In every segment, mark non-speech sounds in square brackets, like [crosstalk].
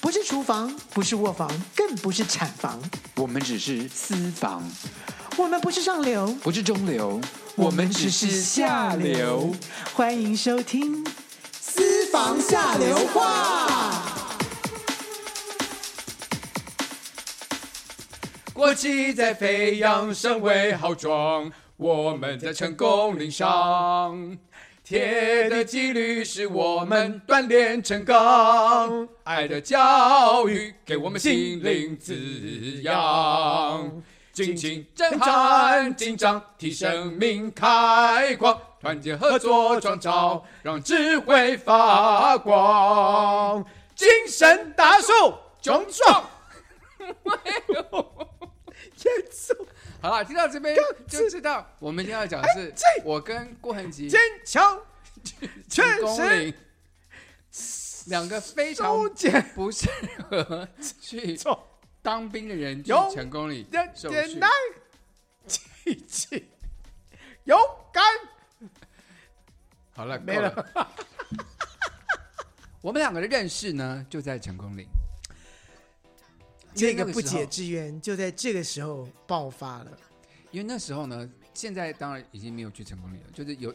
不是厨房，不是卧房，更不是产房，我们只是私房，我们不是上流，不是中流，我们只是下流。。欢迎收听《私房下流话》。国旗在飞扬，身为豪壮，我们在成功岭上。铁的纪律使我们锻炼成钢，爱的教育给我们心灵滋养。尽情震撼，紧张，替生命开矿，团结合作创造，让智慧发光。精神达数，雄壮。好了，听到这边就知道我们今天要讲的是，我跟郭恒吉、坚强，确陈功实林两个非常中间不适合去错当兵的人去有成功里人受简 [laughs] 训单，积极，勇敢，好了，没够了。 [laughs] 我们两个的认识呢，就在成功岭。这因为那个个不时候解之缘就在这个时候爆发了。因为那时候呢，现在当然已经没有去成功岭了，就是有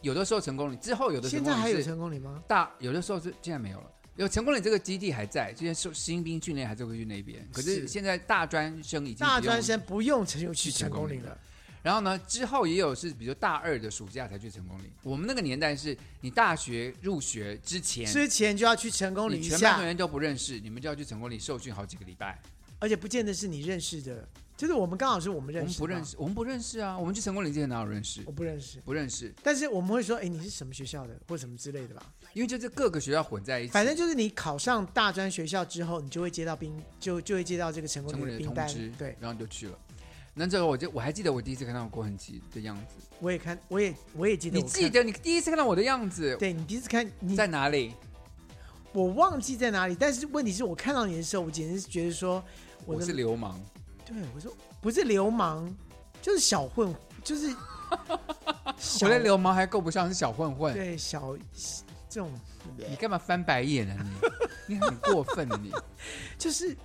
有的时候成功岭之后，有的现成在功还有岭是成功里吗？大，有的时候是现在没有了。有成功岭这个基地还在，这些受新兵训练还是会去那边。可是是现在大专生已经大不用专生不用成就去成功岭了，然后呢，之后也有是，比如大二的暑假才去成功岭。我们那个年代是你大学入学之前，之前就要去成功岭你一全班下同，学都不认识，你们就要去成功岭受训好几个礼拜。而且不见得是你认识的，就是我们刚好是我们我认们识，不认，识，我们不认识啊！我们去成功岭之前哪有认识我？不认识。不认识，但是我们会说，哎，你是什么学校的，或什么之类的吧。因为就是各个学校混在一起，反正就是你考上大专学校之后，你就会接到兵，就就会接到这个成功成功岭岭的的兵通单知，。对，然后就去了。那这个我就我还记得我第一次看到郭恒基的样子，我也看，我也我也记得你我看。记得你第一次看到我的样子对你第一次看你在哪里？我忘记在哪里，但是问题是我看到你的时候，我简直是觉得说，我我的是流氓，对我说不是流氓，就是小混，就是 [laughs] 小我的流氓还够不上是小混混。对小这种，你干嘛翻白眼啊 [laughs] 你？你很过分的、你，就是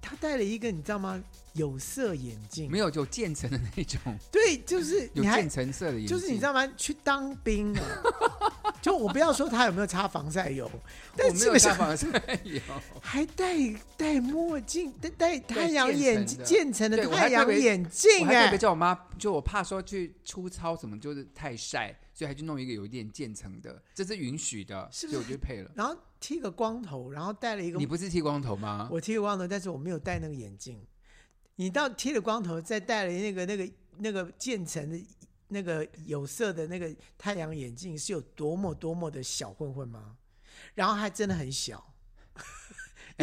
他戴了一个你知道吗？有色眼镜没，有有渐层的那种，对，就是有你还渐层色的眼镜，就是你知道吗？去当兵啊， [laughs] 就我不要说他有没有擦防晒油，但我没基有本办上法 [laughs] 再有。还戴戴墨镜，戴戴太阳眼镜，对渐层的对我太还特阳别眼我镜还特别哎，叫我妈，就我怕说去出操什么，就是太晒，所以还去弄一个有一点渐层的，这是允许的，是不所以是我 [laughs] 就配了。然后剃个光头，然后戴了一个你不是剃光头吗？我剃了光头，但是我没有戴那个眼镜。你到剃了光头，再戴了那个那个那个渐层的、那个有色的那个太阳眼镜，是有多么多么的小混混吗？然后还真的很小，哎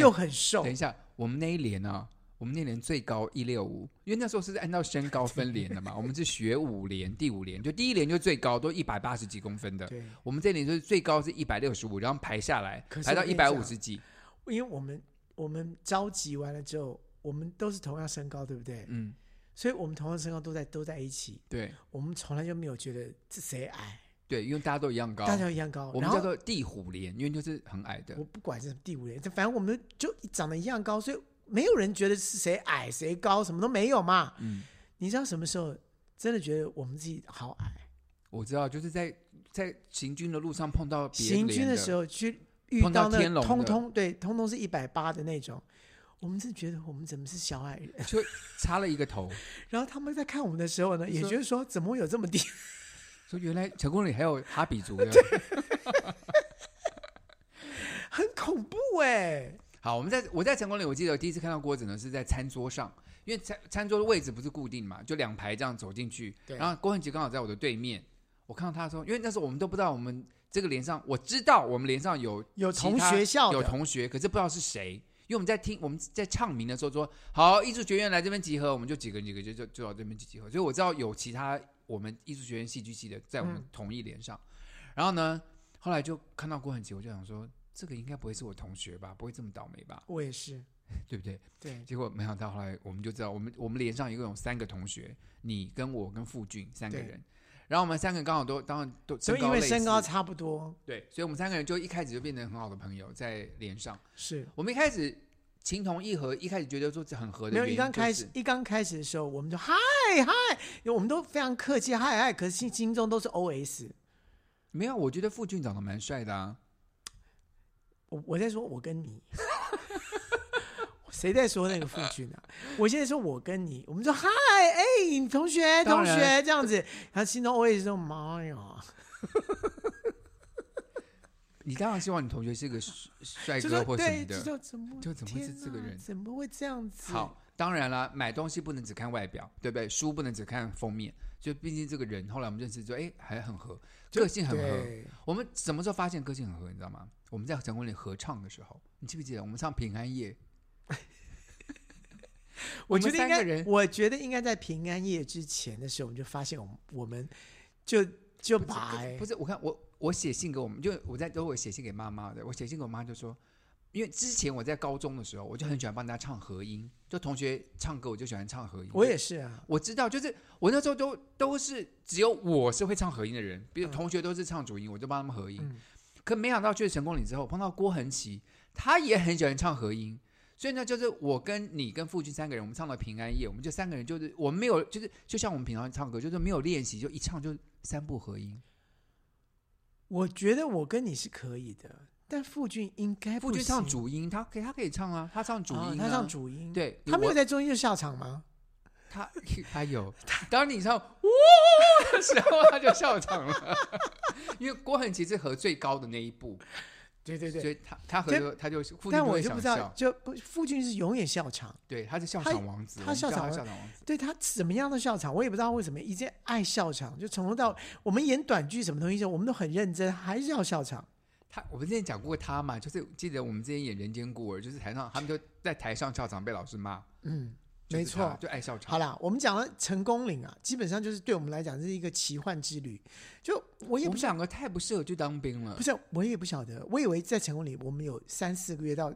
[laughs] 又很瘦等一，下，我们那一年啊，我们那年最高一六五，因为那时候是按照身高分连的 [laughs] 嘛，我们是学五连，第五连就第一连就最高都一百八十几公分的，对，我们这里就是最高是一百六十五，然后排下来可是排我到跟一你百讲五十几，因为我们我们召集完了之后，我们都是同样身高，对不对？嗯，所以我们同样身高都在都在一起，对我们从来就没有觉得这谁矮，对，因为大家都一样高，大家一样高。哦我们然后叫做地虎连，因为就是很矮的我，不管是什么第五人，反正我们就长得一样高，所以没有人觉得是谁矮谁高，什么都没有嘛。嗯，你知道什么时候真的觉得我们自己好矮？我知道，就是在在行军的路上碰到别行军的的时候，候去遇碰到到那天龙个通的通对，通通是一百八的那种，我们是觉得我们怎么是小矮人？就插了一个头，然后他们在看我们的时候呢，也说觉得说怎么会有这么低？ [laughs] 说原来成功里还有哈比族的。 [laughs] 很恐怖哎、好，我们在我在成功里，我记得我第一次看到郭子呢是在餐桌上，因为餐餐桌的位置不是固定嘛，就两排这样走进去，对然后郭恒杰刚好在我的对面，我看到他的时候，因为那时候我们都不知道我们这个连上，我知道我们连上有有其同他学校的有同学，可是不知道是谁。因为我们在听我们在唱名的时候说，好，艺术学院来这边集合，我们就几个人几个就就就到这边集合。所以我知道有其他我们艺术学院戏剧系的在我们嗯同一连上。然后呢，后来就看到郭恒杰，我就想说，这个应该不会是我同学吧？不会这么倒霉吧？我也是，对不对？对，结果没想到后来我们就知道，我们我们连上一共有三个同学，你跟我跟傅俊三个对人。然后我们三个人刚好都当然都所以因为类身似高差不多，对，所以我们三个人就一开始就变成很好的朋友，在连上。是我们一开始情同意合，一开始觉得说这很合的没有原因、一就是，刚开始一刚开始的时候，我们就嗨嗨，因为我们都非常客气嗨嗨，可是心心中都是 O S。没有，我觉得傅俊长得蛮帅的啊。我我在说我跟你， [laughs] 谁在说那个父君啊？我现在说我跟你，我们说嗨哎、你同学当同然学这样子，他心中 O S 说妈呀，你当然希望你同学是个 [laughs] 帅帅就哥说或什么对，的就。说怎么就怎么会是天这个哪人怎么会这样子？好，当然啦，买东西不能只看外表，对不对？书不能只看封面，就毕竟这个人，后来我们认识说，哎，还很合，个性很合。对，我们什么时候发现个性很合？你知道吗？我们在成婚礼合唱的时候，你记不记得我们唱《平安夜》？我我觉们得应三个该，人我觉得应该在平安夜之前的时候，我们就发现我们我们就就不是把不是哎不是，我看我我写信给我们，就我在都我写信给妈妈的，我写信给我妈就说，因为之前我在高中的时候，我就很喜欢帮大家唱和音，就同学唱歌我就喜欢唱和音。我也是啊，我知道，就是我那时候都都是只有我是会唱和音的人，比如同学都是唱主音，我就帮他们和音。嗯可没想到去成功岭之后碰到郭恒奇，他也很喜欢唱和音，所以呢，就是我跟你跟父君三个人，我们唱了《平安夜》，我们就三个人就是我们没有就是就像我们平常唱歌，就是没有练习，就一唱就三部合音。我觉得我跟你是可以的，但傅俊应该父不君唱行主音，他可以他可以唱啊，他唱主音、哦啊他唱主音，，对，他没有我在中间就下场吗？他 [laughs] 他有，当你唱呜的时候，他就笑场了， [laughs] 因为郭恒奇是合最高的那一步，对对所对，以他他合但就他就父亲但我会就不想知道，笑，就不傅俊是永远笑场，对，他是笑他场王子，他我们笑叫场他王笑场王子，对他怎么样的笑场，我也不知道为什么一直爱笑场，就从头到我们演短剧什么东西的时候，我们都很认真，还是要笑场。他我们之前讲过他嘛，就是记得我们之前演《人间孤儿》，就是台上他们就在台上笑场被老师骂，嗯，就没是错他就爱笑场。好啦，我们讲了成功岭啊，基本上就是对我们来讲是一个奇幻之旅。就我也我不们想，两个太不适合去当兵了不，是我也不晓得，我以为在成功岭我们有三四个月到，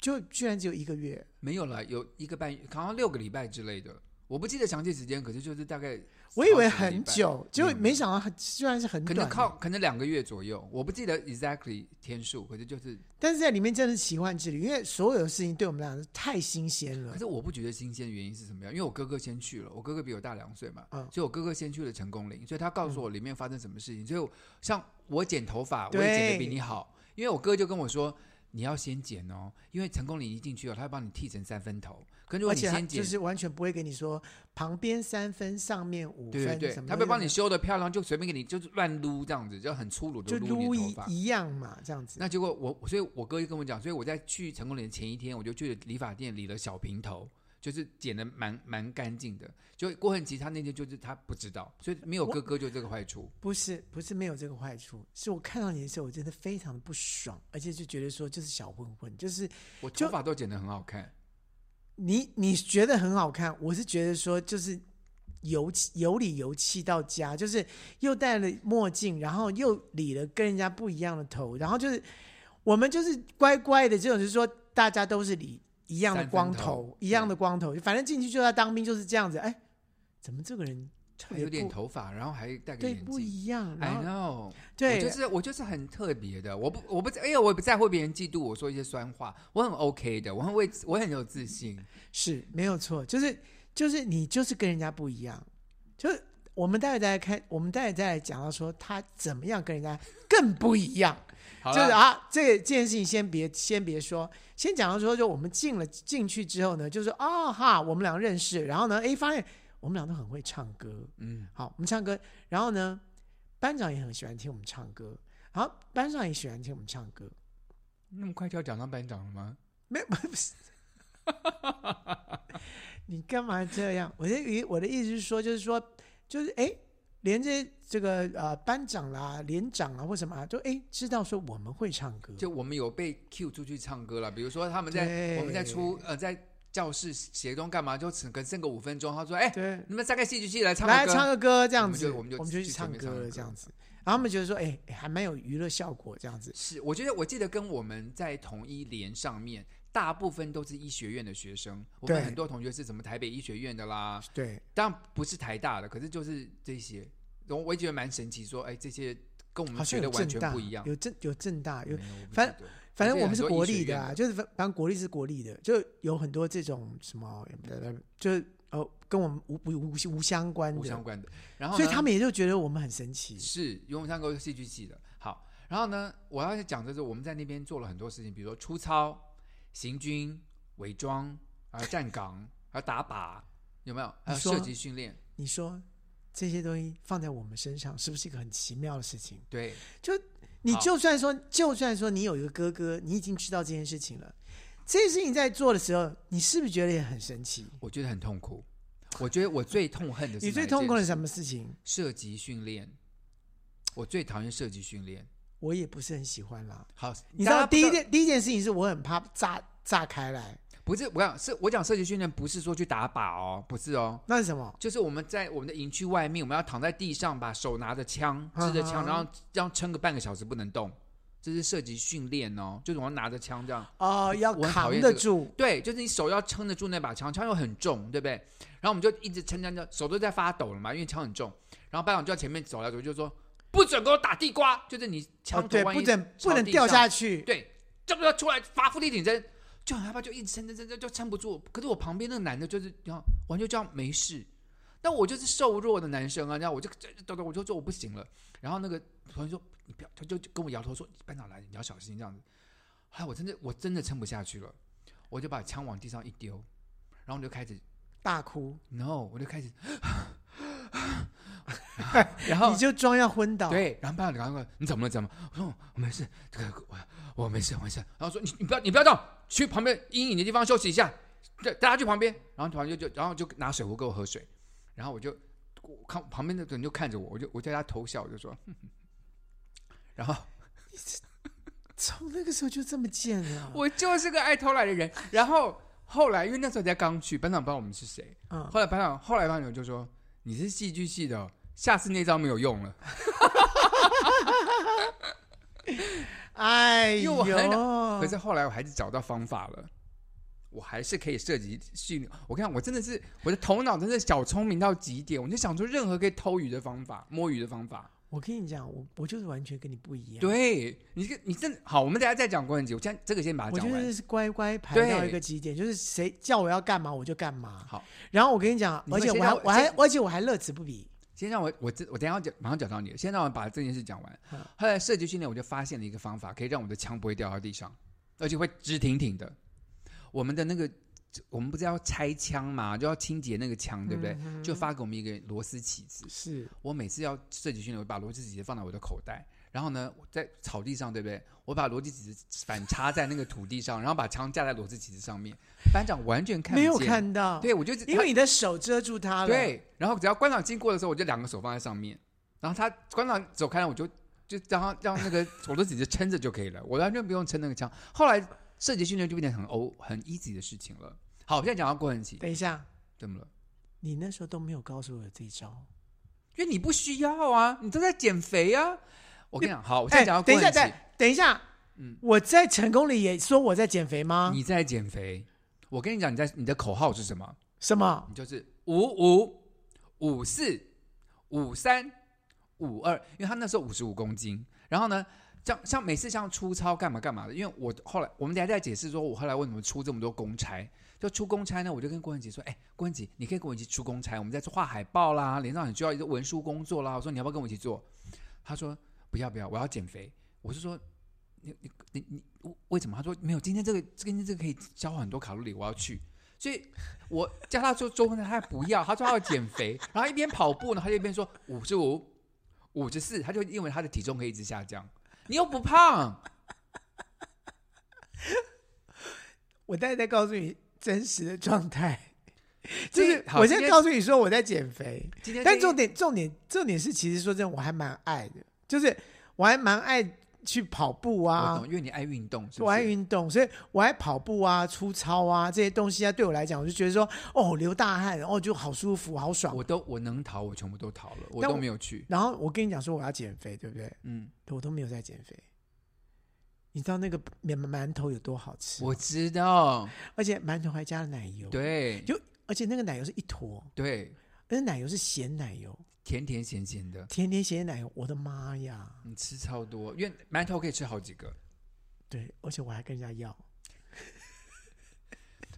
就居然只有一个月。没有了，有一个半，好像六个礼拜之类的，我不记得详细时间，可是就是大概我以为好几个礼很拜久，结果嗯没想到很居然是很可短能的。靠可能两个月左右，我不记得 exactly 天数，可是就是，但是在里面真的是奇幻之旅，因为所有的事情对我们来讲太新鲜了可。是我不觉得新鲜，原因是什么样？因为我哥哥先去了，我哥哥比我大两岁嘛，嗯所以我哥哥先去了成功岭，所以他告诉我里面发生什么事情。所以我像我剪头发，我对也剪的比你好，因为我哥就跟我说。你要先剪哦，因为成功岭一进去哦，他会帮你剃成三分头。可是如果而你且他先剪，就是完全不会跟你说旁边三分，上面五对对分，对什，么他东会西帮都你修的漂亮，就随便给你就是乱撸这样子，就很粗鲁就的撸你的头一发。一样嘛，这样子。那结果我，所以我哥就跟我讲，所以我在去成功岭的前一天，我就去了理发店理了小平头，就是剪的蛮蛮干净的。就郭恒奇他那天就是他不知道，所以没有我哥哥就这个坏处。不是不是没有这个坏处，是我看到你的时候，我真的非常的不爽，而且就觉得说就是小混混，就是我就头发都剪得很好看，你你觉得很好看，我是觉得说就是油气有理油气到家，就是又戴了墨镜，然后又理了跟人家不一样的头，然后就是我们就是乖乖的这种，就是说大家都是理一样的三分光头一样的光头，反正进去就要当兵就是这样子，哎，怎么这个人特还别有点不头发，然后还戴个对眼哎不镜。一样， I 然后 know，对我就是我就是很特别的，我不我不哎呀，我也不在乎别人嫉妒我说一些酸话，我很 OK 的，我很为我很有自信。是没有错，就是就是你就是跟人家不一样，就是我们待会再来看，我们待会再来讲到说他怎么样跟人家更不一样，好就是了，啊，这这件事情先别先别说，先讲到说就我们进了进去之后呢，就是哦哈，我们俩认识，然后呢，哎，发现我们俩都很会唱歌，嗯，好，我们唱歌，然后呢，班长也很喜欢听我们唱歌，然后班上也喜欢听我们唱歌，那么快就要讲到班长了吗？没有， [laughs] 不是。你干嘛这样？我的意我的意思是说，就是说，就是哎，连这这个呃班长啦、连长啊或什么啊，都哎知道说我们会唱歌，就我们有被 Q 出去唱歌了，比如说他们在对我们在出呃在教室协中干嘛，就只跟剩个五分钟，他说：“哎、对，你们三个戏剧系来唱个歌。来唱个歌这样子，我们就我们就就去去唱前面歌唱了歌这样子。然后他们觉得说，哎，还蛮有娱乐效果这样子。是，我觉得我记得跟我们在同一连上面，大部分都是医学院的学生，我们对很多同学是什么台北医学院的啦，对，当然不是台大的，可是就是这些。然后我也觉得蛮神奇，说哎，这些跟我好们像觉有得完正全大不一样。有正有正大有没有我不反记得反正对我们很是多国医学立的院啊，就是反反正国立是国立的，就有很多这种什么，呃就是哦跟我们无无无无相关无的，相关的。然后所以呢他们也就觉得我们很神奇。是因为我上个戏剧系的。好，然后呢，我要讲的是我们在那边做了很多事情，比如说出操、行军、伪装，还有站岗，还有打靶，有没有？还有你说射击训练。你说这些东西放在我们身上，是不是一个很奇妙的事情？对，你好就算说，就算说你有一个哥哥，你已经知道这件事情了，这件事情在做的时候，你是不是觉得也很神奇？我觉得很痛苦。我觉得我最痛恨的是你最哪一痛件苦的事是什么事情？射击训练，我最讨厌射击训练。我也不是很喜欢啦。好，你知道第一点件第一件事情是我很怕炸炸开来，不是我讲是我讲射击训练，不是说去打靶哦，不是哦，那是什么？就是我们在我们的营区外面，我们要躺在地上，把手拿着枪，支着枪，嗯哼然后这样撑个半个小时不能动，这是射击训练哦，就是我要拿着枪这样。哦，要我很讨扛厌得这个住，哦对，就是你手要撑得住那把枪，枪又很重，对不对？然后我们就一直撑撑着，手都在发抖了嘛，因为枪很重。然后班长就在前面走来走去，就说：“不准给我打地瓜！”就是你哦枪头对，万一、不能不能掉掉下去。对，这不要出来发腹地挺身，就很害怕，就一直撑撑撑撑就撑不住。可是我旁边那个男的，就是然后完全这样没事，那我就是瘦弱的男生啊，然后我就这等等，我就说我不行了。然后那个同学说你不要，他就就跟我摇头说班长来，你要小心这样子。后来我真的我真的撑不下去了，我就把枪往地上一丢，然后我就开始大哭， no，我就开始，然后你就装要昏倒。哦对，然后班长赶快问你怎么了？怎么了？我说我没事，这个我我没事，我没事。然后说你你不要你不要动，去旁边阴影的地方休息一下。对，大家去旁边，然后旁边就就然后就拿水壶给我喝水，然后我就我看旁边的人就看着我，我就我在他偷笑，我就说， [laughs] 哼哼哼然后从那个时候就这么贱啊！ [laughs] 我就是个爱偷懒的人。然后后来因为那时候才刚去，班长不知道我们是谁，嗯，后来班长后来班长就说你是戏剧系的哦、下次那招没有用了。哎因为呦，我很可嗯是后来我还是找到方法了，我还是可以涉及训练。我看我真的是我的头脑真的小聪明到极点，我就想出任何可以偷鱼的方法、摸鱼的方法。我跟你讲，我我就是完全跟你不一样。，对，你这你真的好，我们等一下再讲关键我现在这个先把它我讲就完。是是乖乖排对到一个极点，就是谁叫我要干嘛我就干嘛。好，然后我跟你讲，你而们且先我还让我我还先而且我还乐此不疲。先让我我这我等一下要讲，马上讲到你了。先让我把这件事讲完好。后来射击训练，我就发现了一个方法，可以让我的枪不会掉到地上，而且会直挺挺的。我们的那个，我们不是要拆枪嘛，就要清洁那个枪，对不对？嗯就发给我们一个螺丝起子。是，我每次要射击训练，我把逻辑子放到我的口袋，然后呢，我在草地上，对不对？我把逻辑子反插在那个土地上，然后把枪架在逻辑子上面。班长完全看不没见，有看到，对我就因为你的手遮住他了。，对，然后只要馆长经过的时候，我就两个手放在上面，然后他馆长走开了，我就就让他让那个我的姐姐撑着就可以了，我完全不用撑那个枪。后来射击训练就变成很欧很 easy 的事情了。好，我现在讲到过程期，等一下，怎么了？你那时候都没有告诉我这一招。因为你不需要啊，你都在减肥啊。我跟你讲，好，我现哎，在讲到等过一下，程等期，等一下，嗯我在成功里也说我在减肥吗？你在减肥。我跟你讲，你在你的口号是什么？什么？你就是五五五四五三五二，因为他那时候五十五公斤，然后呢，像像每次像出操干嘛干嘛的，因为我后来我们等一下再解释说，我后来为什么出这么多公差，就出公差呢，我就跟郭文杰说，哎，郭文杰，你可以跟我一起出公差，我们在画海报啦，脸上很需要一些文书工作啦，我说你要不要跟我一起做？他说不要不要，我要减肥。我是说。你你你你为什么？他说没有，今天这个今天这个可以消耗很多卡路里，我要去。所以我叫他做中餐，他还不要，他说他要减肥， [laughs] 然后一边跑步呢，他就一边说五十五、五十四，他就因为他的体重可以一直下降，你又不胖，我大概在告诉你真实的状 [laughs] 态，就是好我今现在天告诉你说我在减肥，今天但这一重点重点重点是，其实说真的，我还蛮爱的，就是我还蛮爱去跑步我啊懂，，因为你爱运动，是不我爱是？运动，所以我爱跑步啊、粗操啊这些东西啊，对我来讲，我就觉得说，哦，流大汗，哦，就好舒服，好爽我。都我能逃，我全部都逃了，我但都我没有去。然后我跟你讲说我要减肥，对不对？嗯，我都没有在减肥。你知道那个馒馒头有多好吃？我知道，嗯而且馒头还加了奶油，，对就而且那个奶油是一坨，对，而奶油是咸奶油，甜甜咸咸的，甜甜咸奶油，我的妈呀！你吃超多，因为馒头可以吃好几个。对，而且我还跟人家要，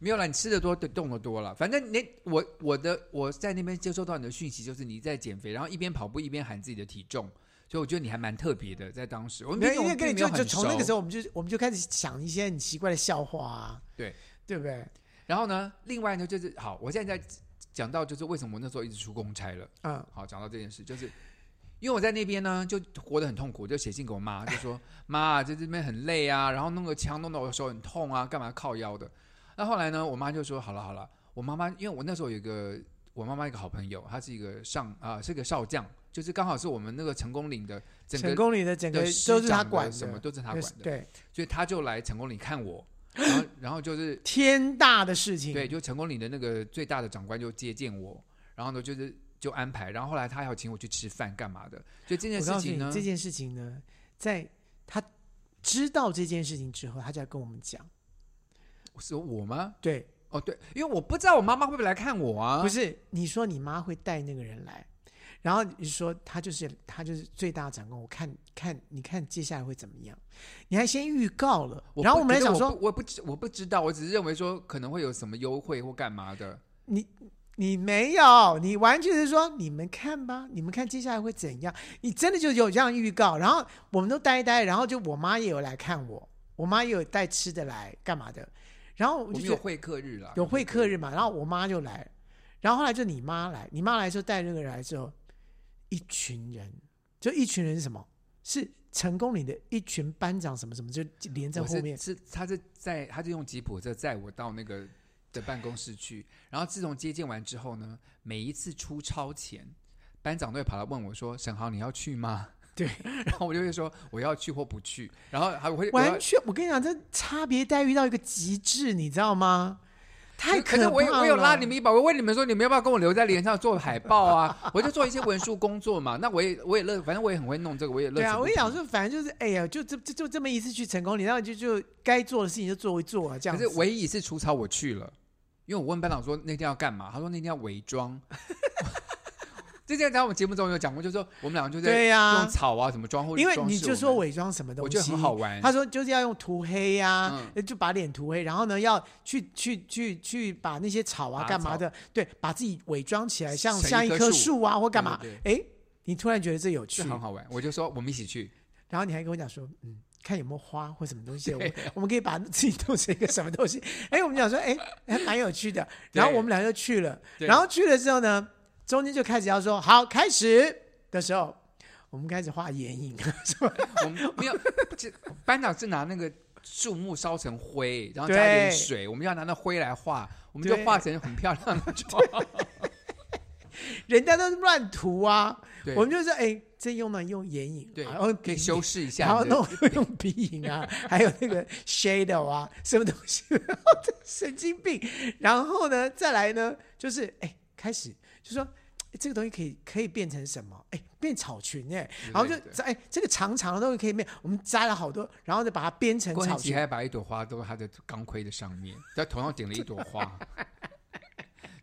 没有啦，你吃的多，对动的多了。反正你我我的我在那边接收到你的讯息，就是你在减肥，然后一边跑步一边喊自己的体重，所以我觉得你还蛮特别的，在当时我们没并有，因为并跟你没有就很就从那个时熟候，我们就我们就开始想一些很奇怪的笑话啊，对对不对？然后呢，另外呢就是好，我现在在讲到就是为什么我那时候一直出公差了。嗯，好，讲到这件事，就是因为我在那边呢，就活得很痛苦，就写信给我妈，就说妈，在这边很累啊，然后弄个枪弄到我手很痛啊，干嘛靠腰的？那后来呢，我妈就说好了好了，我妈妈因为我那时候有一个我妈妈一个好朋友，她是一个上啊、是个少将，就是刚好是我们那个成功岭的整成个功里的整个的都师是长他的管的，什么都是她管就是的，对，所以她就来成功岭看我，然后然 [gasps] 后就是天大的事情，对，就成功岭的那个最大的长官就接见我，然后呢，就是就安排，然后后来他还要请我去吃饭干嘛的，所以这件我事告诉情你呢，这件事情呢，在他知道这件事情之后，他就要跟我们讲，是我吗？对，哦，对，因为我不知道我妈妈会不会来看我啊不，是你说你妈会带那个人来，然后你说他就是他就是最大长官，我看看你看接下来会怎么样，你还先预告了，我然后不我们可还想是我说不我不知我不知道，我只是认为说可能会有什么优惠或干嘛的，你没有，你完全是说你们看吧，你们看接下来会怎样，你真的就有这样预告，然后我们都呆呆，然后就我妈也有来看我，我妈也有带吃的来干嘛的，然后我我就们觉有得会客日啦，有会客日嘛，然后我妈就来，然后后来就你妈来，你妈来之后带那个人来之后，一群人，就一群人是什么？是成功里的一群班长什么什么，就连在我后是面。是他是在他就用吉普车载我到那个的办公室去，然后自从接见完之后呢，每一次出超前，班长都会跑来问我说：“沈航，你要去吗？”对， [laughs] 然后我就会说我要去或不去，然后还会我要完全，我跟你讲，这差别待遇到一个极致，你知道吗？太怕可是了。我有我有拉你们一把，我问你们说你们要不要跟我留在脸上做海报啊？我就做一些文书工作嘛，那我也我也乐，反正我也很会弄这个，我也乐。对啊，我就想，说，反正就是，哎呀，就这就就这么一次去成功里，然后就就该做的事情就做一做啊，这可样子。是唯一一次出操我去了，因为我问班长说那天要干嘛，他说那天要伪装。 [laughs] 这件在我们节目中有讲过，就是说我们两个就在对呀、用草啊什么装，或者因为装饰你就我说们伪装什么东西，我觉得很好玩。嗯他说就是要用涂黑呀、就把脸涂黑，然后呢要去去去去把那些草啊拔干嘛的，对，把自己伪装起来，像成一像一棵棵树树啊或干嘛对对。哎，你突然觉得这有趣是，很好玩，我就说我们一起去。然后你还跟我讲说，嗯，看有没有花或什么东西，我们我们可以把自己弄成一个什么东西。哎，我们讲说，哎，还蛮有趣的。然后对我们俩就去了，对然后去了之后呢，中间就开始要说好开始的时候，我们开始画眼影， [laughs] 我们没有，这班长是拿那个树木烧成灰，然后对加点水，我们要拿那灰来画，我们就对画成很漂亮的 [laughs] 妆。人家都乱涂啊。对，我们就说，哎，这用呢用眼影，对然后可以笔修饰一下。然后你的弄用鼻影 [laughs] 啊，还有那个 shadow 啊，什么东西， [laughs] 神经病。然后呢，再来呢，就是哎，开始就说哎这个东西可以可以变成什么？哎，变草裙哎，之然后类就的哎，这个长长的东西可以变，我们摘了好多，然后再把它编成郭草庆琪裙。还把一朵花都他的钢盔的上面，在头上顶了一朵 [laughs] 花。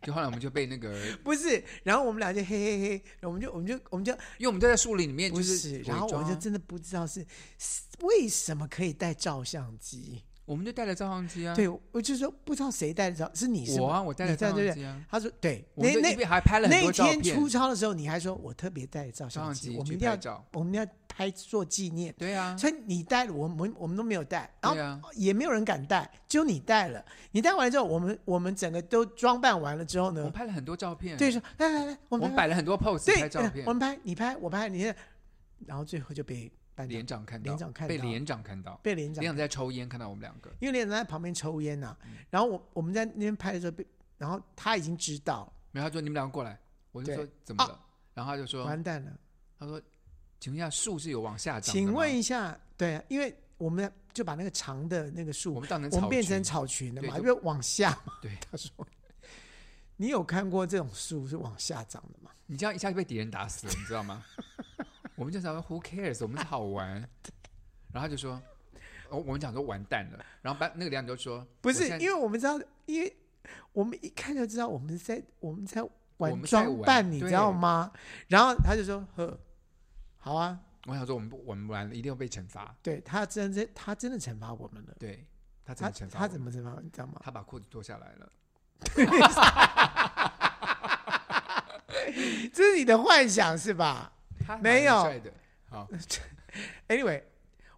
就后来我们就被那个，不是，然后我们俩就嘿嘿嘿，我们就我们就我们就因为我们就在树林里面，不，就是伪然后我装就啊真的不知道是是为什么可以带照相机。我们就带了照相机啊，对，我就说不知道谁带的照，是你是我吗？啊，我带你了带照对不相对？机啊，他说对，我那们就一那边还拍了很那多照天片出，操的时候，你还说我特别带照照相相机，机我们去一定要拍照，我们要拍做纪念。对啊，所以你带了，我们我们都没有带，然对啊后也没有人敢带，只有你带了。你带完之后，我们我们整个都装扮完了之后我呢，拍了很多照片，对，说来来来，我我们们摆了很多 pose 对拍照呃片我，们拍，你拍，我拍，你拍，然后最后就被班长连长看到，连长看被到连长看到，被连长连长在嗯抽烟，看到我们两个，因为连长在旁边抽烟呐、然后我我们在那边拍的时候被，然后他已经知道然后他说你们两个过来，我就对啊说怎么了？然后他就说，完蛋了，他说，请问一下树是有往下长的吗？请问一下，对啊，因为我们就把那个长的那个我树，们当成我们变群成草裙了嘛，对因就为往下嘛。对，他说，你有看过这种树是往下长的吗？你这样一下就被敌人打死了，你知道 [laughs] 吗？我们就想说 Who cares？我们是好玩。然后他就说，我我们讲说完蛋了。然后班那个梁就说，不是，因为为我们知道，因为我们一看就知道我们在我们在玩们在装玩扮，你对知道吗？然后他就说：“呵，好啊，我想说，我们不我们玩一定会被惩罚，对他真真他真的惩罚我们了。对他怎他么惩罚？他怎？么惩罚我？你知道 [laughs] 吗？他把裤子脱下来了。这是你的幻想是吧他没有蛮帅的，好， ？Anyway，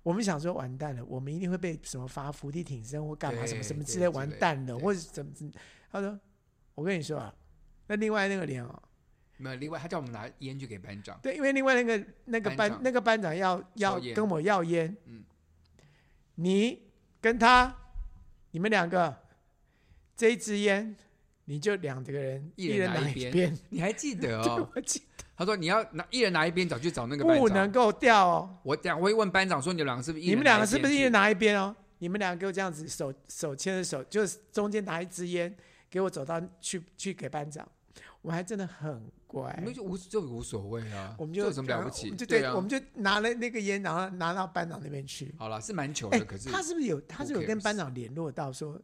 我们想说完蛋了，我们一定会被什么罚伏地挺身或干嘛对什么什么之对类，之完类的蛋了，对或者怎么怎么。他说：“我跟你说啊，那另外那个脸哦，没有。另外，他叫我们拿烟去给 [laughs] 班长，对，因为另外那个那个班班长那个班长要要抽烟跟我要烟，嗯你跟他，你们两个这一支烟，你就两个人一人人拿拿一边边， [laughs] 你还记得哦？我记 [laughs] 他说你要拿一人拿一边，找去找那个班不能长。够掉哦，我等下我会问班长说你们两个是不是一你人们拿两个是不是一人拿？拿一边哦？你们两个给我这样子手手牵着手，就是中间拿一支烟，给我走到去去给班长，我还真的很乖我。们就无就无所谓啊，我们这就有什么了不我起？们就对对，啊我，们就拿了那个烟，然后拿到班长那边去。好了，是蛮糗哎的，可是他是不是有他 who 是有跟 cares？班长联络到说，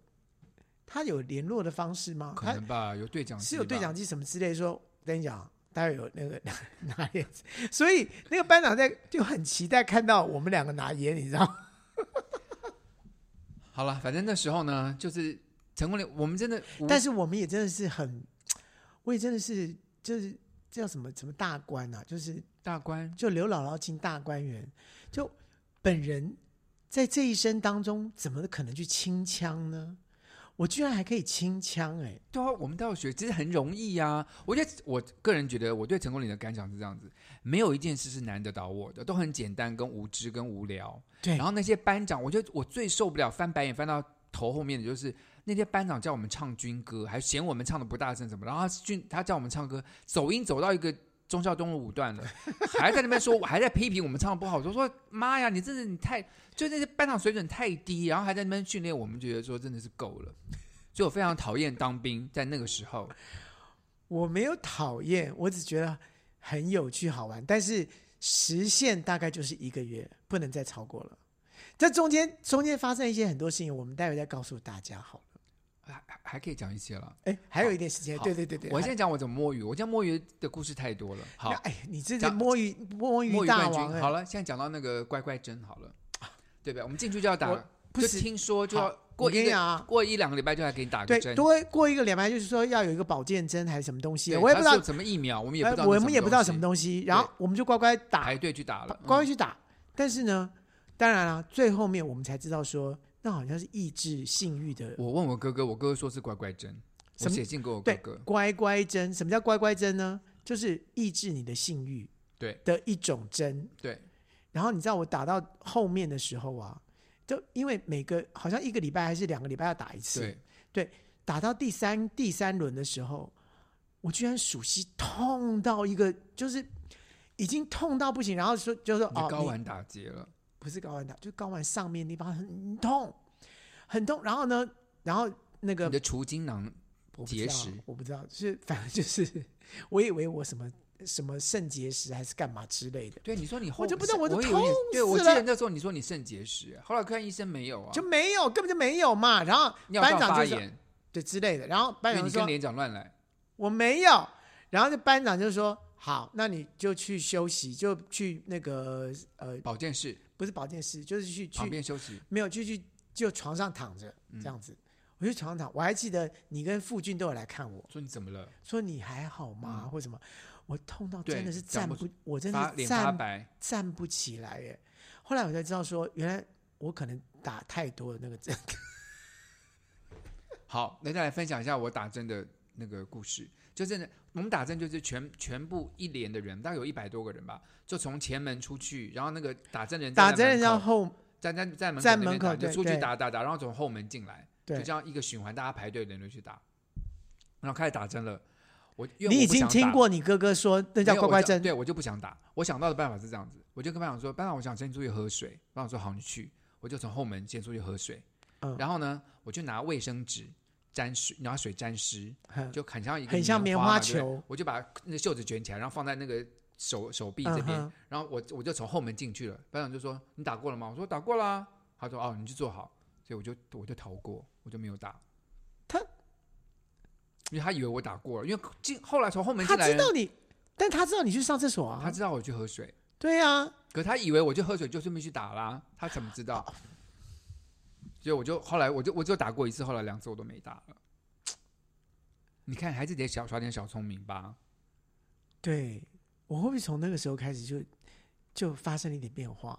他有联络的方式吗？可他能吧，有对讲机哎是有对吧讲机什么之类说，跟你讲，待会有那个 [laughs] 拿烟，所以那个班长在就很期待看到我们两个拿烟，你知道吗？好了，反正那时候呢，就是成功了。我们真的无，但是我们也真的是很，我也真的是就是叫什么什么大官啊，就是大官就刘姥姥进大观园，就本人在这一生当中，怎么可能去清腔呢？我居然还可以清腔哎、对啊，我们都要学，其实很容易呀、我觉得我个人觉得，我对成功岭的感想是这样子：没有一件事是难得倒我的，都很简单、跟无知、跟无聊。对然后那些班长，我觉得我最受不了翻白眼翻到头后面的就是那些班长叫我们唱军歌，还嫌我们唱的不大声什么，然后他军他叫我们唱歌，走音走到一个。忠孝东路五段了，还在那边说，我还在批评我们唱的不好。我就说妈呀，你真的你太就那些班长水准太低，然后还在那边训练，我们觉得说真的是够了。所以我非常讨厌当兵，在那个时候，我没有讨厌，我只觉得很有趣好玩，但是时限大概就是一个月，不能再超过了。这中间中间发生一些很多事情，我们待会再告诉大家好了。还还还可以讲一些了。哎，还有一点时间，好对对对对，我还现在讲我怎么摸鱼，我讲摸鱼的故事太多了。好那，哎，你这是讲摸鱼摸摸鱼鱼大冠王军。好哎，了，现在讲到那个乖乖针好了，对不对？我们进去就要打我，不就是听说就好要过我跟一你个讲啊，过一两个礼拜就来给你打个对，针。多过一个礼拜就是说要有一个保健针还是什么东西，对我也他不知道说，什么疫苗，我们也不知道呃那我们也不知道什么东东西，然后我们就乖乖西打排队去打了。乖乖去打。但是呢，当然了，最后面我们才知道说，那好像是抑制性欲的嗯我问我哥哥，我哥哥说是乖乖针，什我么写信给我哥对哥，乖乖针。什么叫乖乖针呢？就是抑制你的性欲对的一种针。对，然后你知道我打到后面的时候啊，就因为每个好像一个礼拜还是两个礼拜要打一次，对，打到第三第三轮的时候，我居然属膝痛到一个就是已经痛到不行，然后说就说你哦就，高你玩打劫了。不是睾丸打，就睾丸上面的地方很痛，很痛。然后呢，然后那个你的除精囊我不知结道石，我不知道，就是反正就是， [laughs] 我以为我什么什么肾结石还是干嘛之类的，对，你说你后我就不知道我我就有点痛对，死我记得了那时候你说你肾结石，后来看医生没有啊，就没有，根本就没有嘛。然后尿班道长发就说炎，对之类的，然后因班为长你就跟说连长乱来，我没有，然后就班长就说好，那你就去休息，就去那个呃，保健室不是保健室，就是去旁去边休息，没有，就去就床上躺着嗯这样子。我就床上躺，我还记得你跟傅俊都有来看我，说你怎么了？说你还好吗，嗯或什么。我痛到对真的是讲站不不，我真发的是脸发站白，站不起来耶。后来我才知道说，原来我可能打太多的那个针。好，那再来分享一下我打针的那个故事。就真的，我们打针就是全全部一连的人，大概有一百多个人吧，就从前门出去，然后那个打针人站打在针门人家口后站在在门在口那门边打口就对出去对打打打，然后从后门进来，就对这，样一个循环，大家排队轮流去打，然后开始打针了。我因为你我已不经想听打过你哥哥说那叫没有乖我乖就针，对我就不想打。我想到的办法是这样子，我就跟班长说：“班长，我想先出去喝水。”班长说：“好，你去。”我就从后门先出去喝水，嗯然后呢，我就拿卫生纸沾水，拿水沾湿，哼就很像一个很像棉花嘛花对不对球我就把那袖子卷起来，然后放在那个手手臂这嗯边，哼然后我我就从后门进去了。班长就说：“你打过了吗？”我说：“打过啦、他说：“哦，你去坐好。”所以我就我就逃过，我就没有打。他因为他以为我打过了，因为进后来从后门他进来知人，道你，但他知道你去上厕所他啊，知道我去喝水，对啊，可他以为我去喝水就顺便去打啦，他怎么知道？所以我就后来我就我就打过一次，后来两次我都没打了。你看，还是得小耍点小聪明吧。对我会不会从那个时候开始就就发生了一点变化？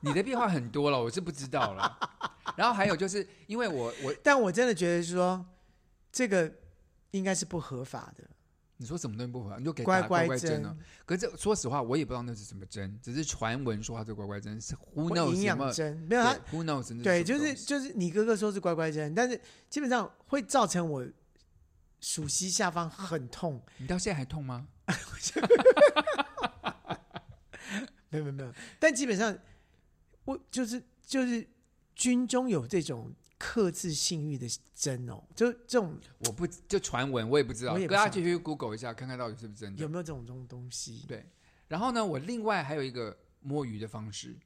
你的变化很多了，我是不知道了。然后还有就是因为我我但我真的觉得说这个应该是不合法的，你说什么东西不合，你就给乖打乖乖针啊针呢？可是说实话，我也不知道那是什么针，只是传闻说它是乖乖针，是 who 或 knows 营什养么？针没有对他 who knows 那对，什就么是东西就是你哥哥说是乖乖针，但是基本上会造成我属膝下方很痛。你到现在还痛吗？没有没有没有，但基本上我就是就是军中有这种克制性欲的针哦，就这种我不就传闻，我也不知道，我也不大家知继续 Google 一下，看看到底是不是真的有。没有这种这种东西？对，然后呢，我另外还有一个摸鱼的方式，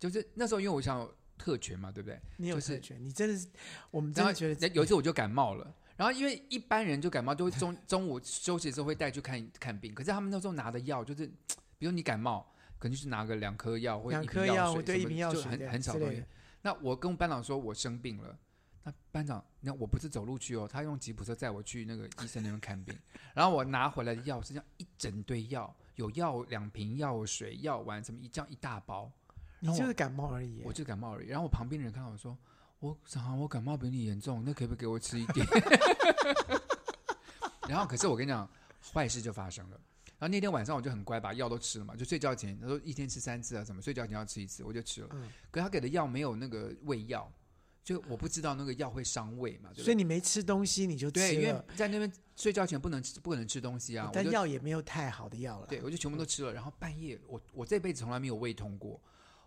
就是那时候因为我想有特权嘛，对不对？你有就是特权，你真的是我们真然后的觉得有一次我就感冒了，然后因为一般人就感冒都会中中午休息的时候会带去看看病，可是他们那时候拿的药就是，比如你感冒，可能就是拿个两颗药或者两一颗瓶药药，水，对一瓶药水就很对很少之东类西的。，那我跟班长说我生病了，那班长，那我不是走路去哦，他用吉普车载我去那个医生那边看病，然后我拿回来的药是这样一整堆药，有药两瓶药水、药丸什么一这样一大包，你然后我就是感冒而已。哦我就感冒而已。然后我旁边的人看到我说：“我长，我感冒比你严重，那可不可以给我吃一点？” [laughs] 然后，可是我跟你讲，坏事就发生了。然后那天晚上我就很乖，把药都吃了嘛，就睡觉前他说一天吃三次啊，什么睡觉前要吃一次，我就吃了。嗯可是他给的药没有那个胃药，就我不知道那个药会伤胃嘛，对不所以对？你没吃东西你就对，吃因为了，在那边睡觉前不能吃，不能吃东西啊。我但就药也没有太好的嗯药了。对，我就全部都吃了。然后半夜，我我这辈子从来没有胃痛过，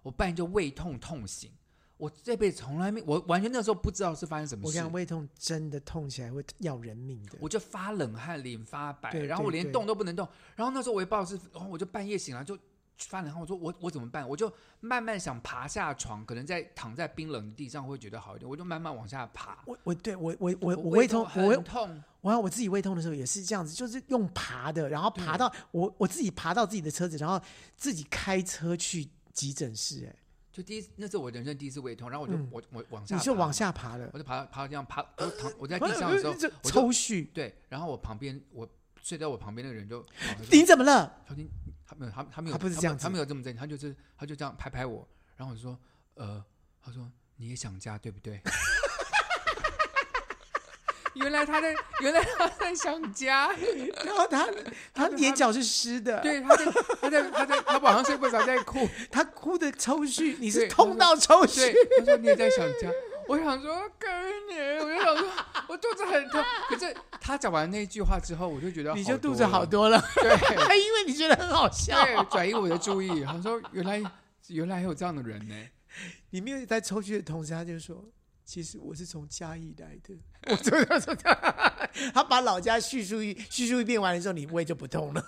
我半夜就胃痛痛醒。我这辈子从来没，我完全那时候不知道是发生什我么跟你事讲，，胃痛真的痛起来会要人命的。我就发冷汗，脸发白，对然后我对连对动都不能动。然后那时候我也不知道是，然后我就半夜醒来就发冷汗，我说我我怎么办？我就慢慢想爬下床，可能在躺在冰冷的地上会觉得好一点，我就慢慢往下爬。我我对我我我我胃胃痛，我很胃痛，我我自己胃痛的时候也是这样子，就是用爬的，然后嗯爬到我我自己爬到自己的车子，然后自己开车去急诊室。哎，就第一那是我人生第一次胃痛，然后我就、嗯我我往下，你就往，下哎爬了我，就爬爬到地上爬，我躺 [laughs] 我在地上的时候这，我就抽搐，对，然后我旁边我睡在我旁边那个人就，你怎么了？他听他没有他他没有他不是没这有样他没有这么正经，他就是他就这样拍拍我，然后我就说呃，他说你也想家对不对？ [laughs] 原来他在原来他在想家，然后 [laughs] 他他眼角是湿的，对他在他在他在他晚上睡不着在哭，他哭的抽搐，你 [laughs] 对是痛到抽对搐，，他说你也在想家。我想说，跟你，我就想说，我肚子很痛。可是他讲完那句话之后，我就觉得你就肚多子好了多了，对， [laughs] 因为你觉得很好笑。对，转移我的注意。他说：“原来原来还有这样的人呢、你没有在抽搐的同时，他就说：“其实我是从嘉义来 [laughs] 的。”我就 [laughs] 他把老家叙述一叙述一遍完了之后，你胃就不痛了。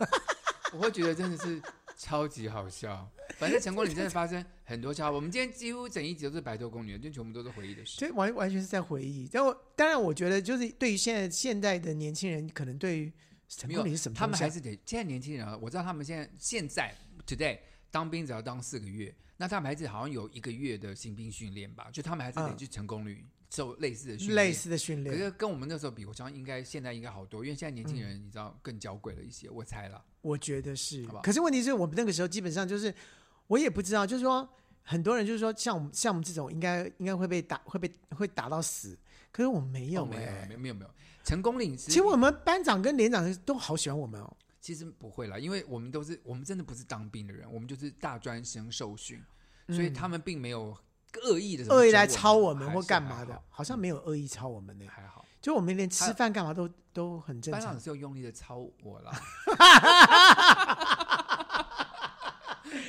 我会觉得真的是超级好笑。反正成功里真的发生很多笑话。我们今天几乎整一集都是白头宫女，就全部都是回忆的事。所以完完全是在回忆。但我当然，我觉得就是对于现在现代的年轻人，可能对于成没功有里是什，么他们东西啊还是得现在年轻人啊，我知道他们现在现在 today 当兵只要当四个月，那他们还是好像有一个月的新兵训练吧，就他们还是得嗯去成功旅受类似的训练。类似的训可练。是跟我们那时候比，我相信应该现在应该好多，因为现在年轻人你知道更娇贵了一些，我猜了。我觉得是好不好，可是问题是我们那个时候基本上就是，我也不知道，就是说很多人就是说像我们像我们这种应该应该会被打会被会打到死，可是我没有哦没哎、有没有没有没有，成功岭其实我们班长跟连长都好喜欢我们哦。其实不会啦，因为我们都是我们真的不是当兵的人，我们就是大专生受训，所以他们并没有恶意的嗯恶意来抄我们还或是干还嘛的好，好像没有恶意抄我们呢、还好，就我们连吃他饭干嘛都都很正班常长。是有用力的抄我啦。 [laughs]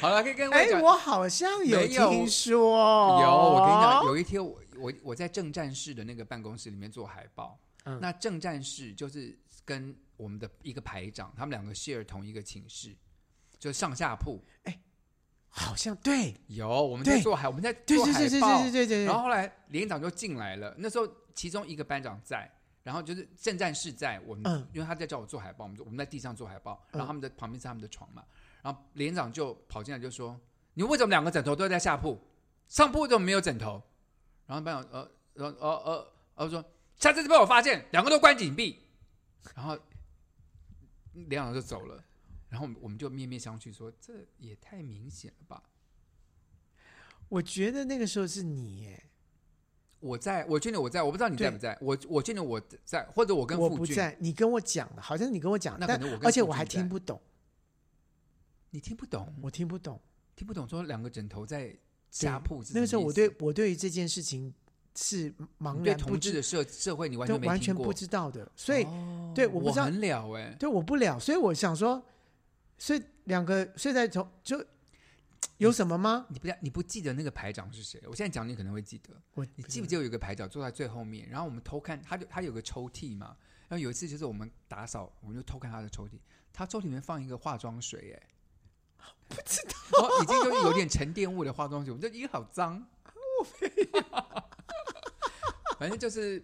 好了，可以跟我哎、讲。我好像有没有听说，有，我跟你讲，有一天我我我在正战室的那个办公室里面做海报，嗯那正战室就是跟我们的一个排长，他们两个 share 同一个寝室，就上下铺。好像对，有，我们在对做海，我们在对做对海对对对报对对对对。然后后来连长就进来了，那时候其中一个班长在，然后就是圣战士在我们，嗯因为他在叫我做海报，我们就我们在地上做海报，然后嗯他们的旁边是他们的床嘛，然后连长就跑进来就说：“你为什么两个枕头都在下铺？上铺怎么没有枕头？”然后班长呃，然后呃呃，然后说：“下次被我发现，两个都关紧闭。”然后连长就走了，然后我们我们就面面相觑说：“这也太明显了吧我觉得那个时候是你耶，！”我在，我确定我在，我不知道你在对不在，我我确定我在，或者我跟我傅不俊，在，你跟我讲的，好像是你跟我讲，那但可能我跟而且傅我俊还在听不懂，你听不懂。我听不懂。听不懂说两个枕头在下铺是什么意思那个时候我对我对于这件事情是你茫对然不同志知，的社社会你完都全没完听全过，不知道的，所以哦对我我不知道很了哎、对我不了，所以我想说，所以两个睡在同就有什么吗？你不要你不记得那个排长是谁？我现在讲你可能会记得。我你记不知不记得有一个排长坐在最后面，然后我们偷看，他就他有个抽屉嘛，然后有一次就是我们打扫，我们就偷看他的抽屉，他抽屉里面放一个化妆 [laughs] 水、哎，不知道，已经就是有点沉淀物的化妆水，我们就咦好脏，我没有，反正就是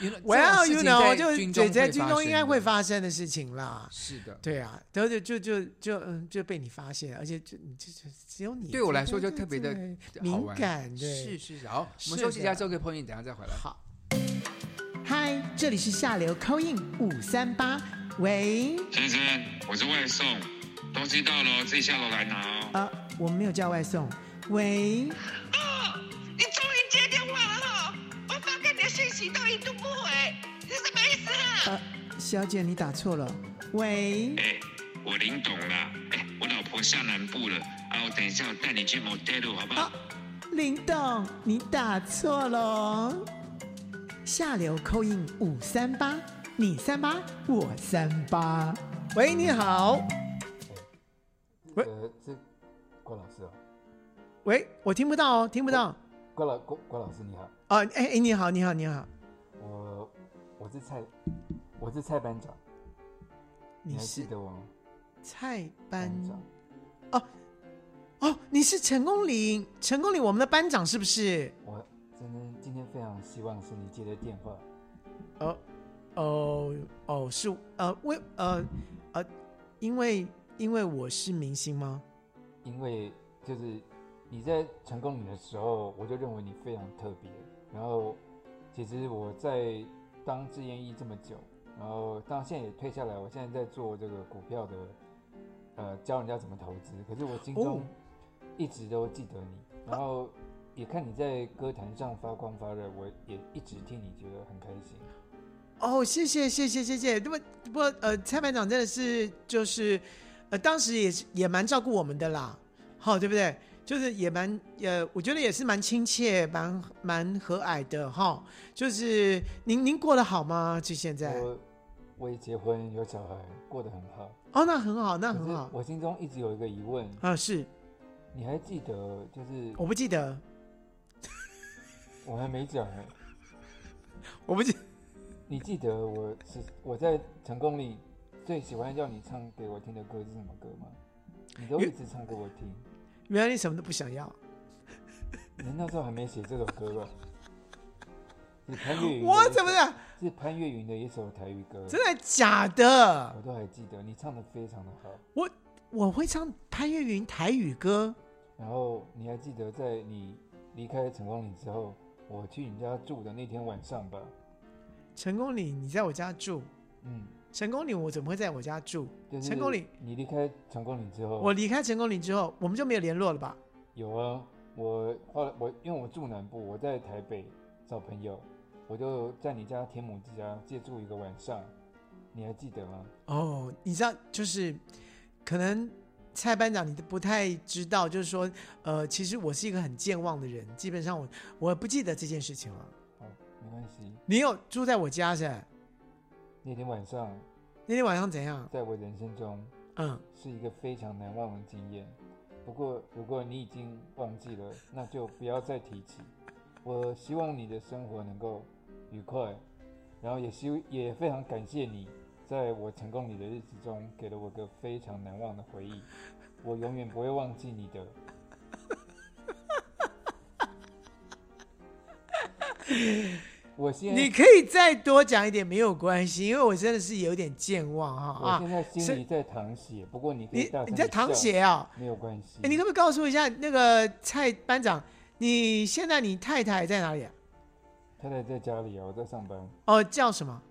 原来？Well, you know，就军姐在中会军发中应该生会的发生的事情啦。是的，对啊，然后就就就就嗯，就被你发现，而且就你就就只有你对我来这说就这特别的这好敏玩感，对，是是是，好，我是们休息一下的之后可以碰见你，等一下再回来。好。嗨，这里是下流 c i n 五三八，喂，先生，我是外送，东西到了自己下楼来拿哦。呃，我们没有叫外送，喂，哦，你终于接电话了哈、我发给你的信息都一度不回，你什么意思啊？呃，小姐你打错了，喂，哎、我领懂了，哎、我老婆下南部了，啊，我等一下我带你去 motel 好不好？林董你打错了哦，下流 c i 五三八，你三八我三八，喂，你好，喂呃，是郭老师哦，喂，我听不到哦，听不到，郭老郭郭老师你好，哦，哎哎，你好，你好，你好，我我是蔡，我是蔡班长，你你还是记得我吗？蔡班班长，哦，你是陈功林，陈功林，我们的班长是不是？我真的今天非常希望是你接的电话，呃哦，哦，哦，是呃，为呃呃，因为因为我是明星吗？因为就是你在成功岭的时候，我就认为你非常特别。然后其实我在当志愿役这么久，然后当然现在也退下来，我现在在做这个股票的，呃，教人家怎么投资。可是我心哦中一直都记得你，然后也看你在歌坛上发光发热，我也一直替你觉得很开心。哦，谢谢谢谢谢谢。那么不过呃，蔡班长真的是就是呃，当时也是也蛮照顾我们的啦，好、对不对？就是也蛮呃，我觉得也是蛮亲切，蛮蛮和蔼的哈、就是您您过得好吗？就现在我我也结婚有小孩，过得很好。哦，那很好，那可很是好我心中一直有一个疑问，啊，是你还记得就是我不记得，我还没讲哎，我不记你记得我是我在成功里最喜欢叫你唱给我听的歌是什么歌吗？你都一直唱给我听，原来你什么都不想要。你那时候还没写这首歌吧？是潘越云的一首，我怎么的？是潘越云的一首台语歌，真的假的我？都还记得，你唱的非常的好。我我会唱潘越云台语歌，然后你还记得在你离开成功岭之后，我去你家住的那天晚上吧？成功岭你在我家住，嗯，成功岭我怎么会在我家住？就是成功岭，你离开成功岭之后，我离开成功岭之后，我们就没有联络了吧？有啊，我后来我因为我住南部，我在台北找朋友，我就在你家天母之家借住一个晚上，你还记得吗？哦，你知道，就是可能蔡班长你都不太知道，就是说，呃，其实我是一个很健忘的人，基本上我我不记得这件事情了。好，没关系。你有住在我家是吧？那天晚上，那天晚上怎样？在我人生中嗯，是一个非常难忘的经验。不过，如果你已经忘记了，那就不要再提起。我希望你的生活能够愉快，然后也希也非常感谢你，在我成功你的日子中，给了我个非常难忘的回忆。我永远不会忘记你的。我现你在可以再多讲一点没有关系，因为我真的是有点健忘哈我啊现。在心是里在淌血，不过你可以你大声你在地淌笑血啊、没有关系哎，。你可不可以告诉我一下那个蔡班长，你现在你太太在哪里啊？太太在家里啊，我在上班。哦，叫什么？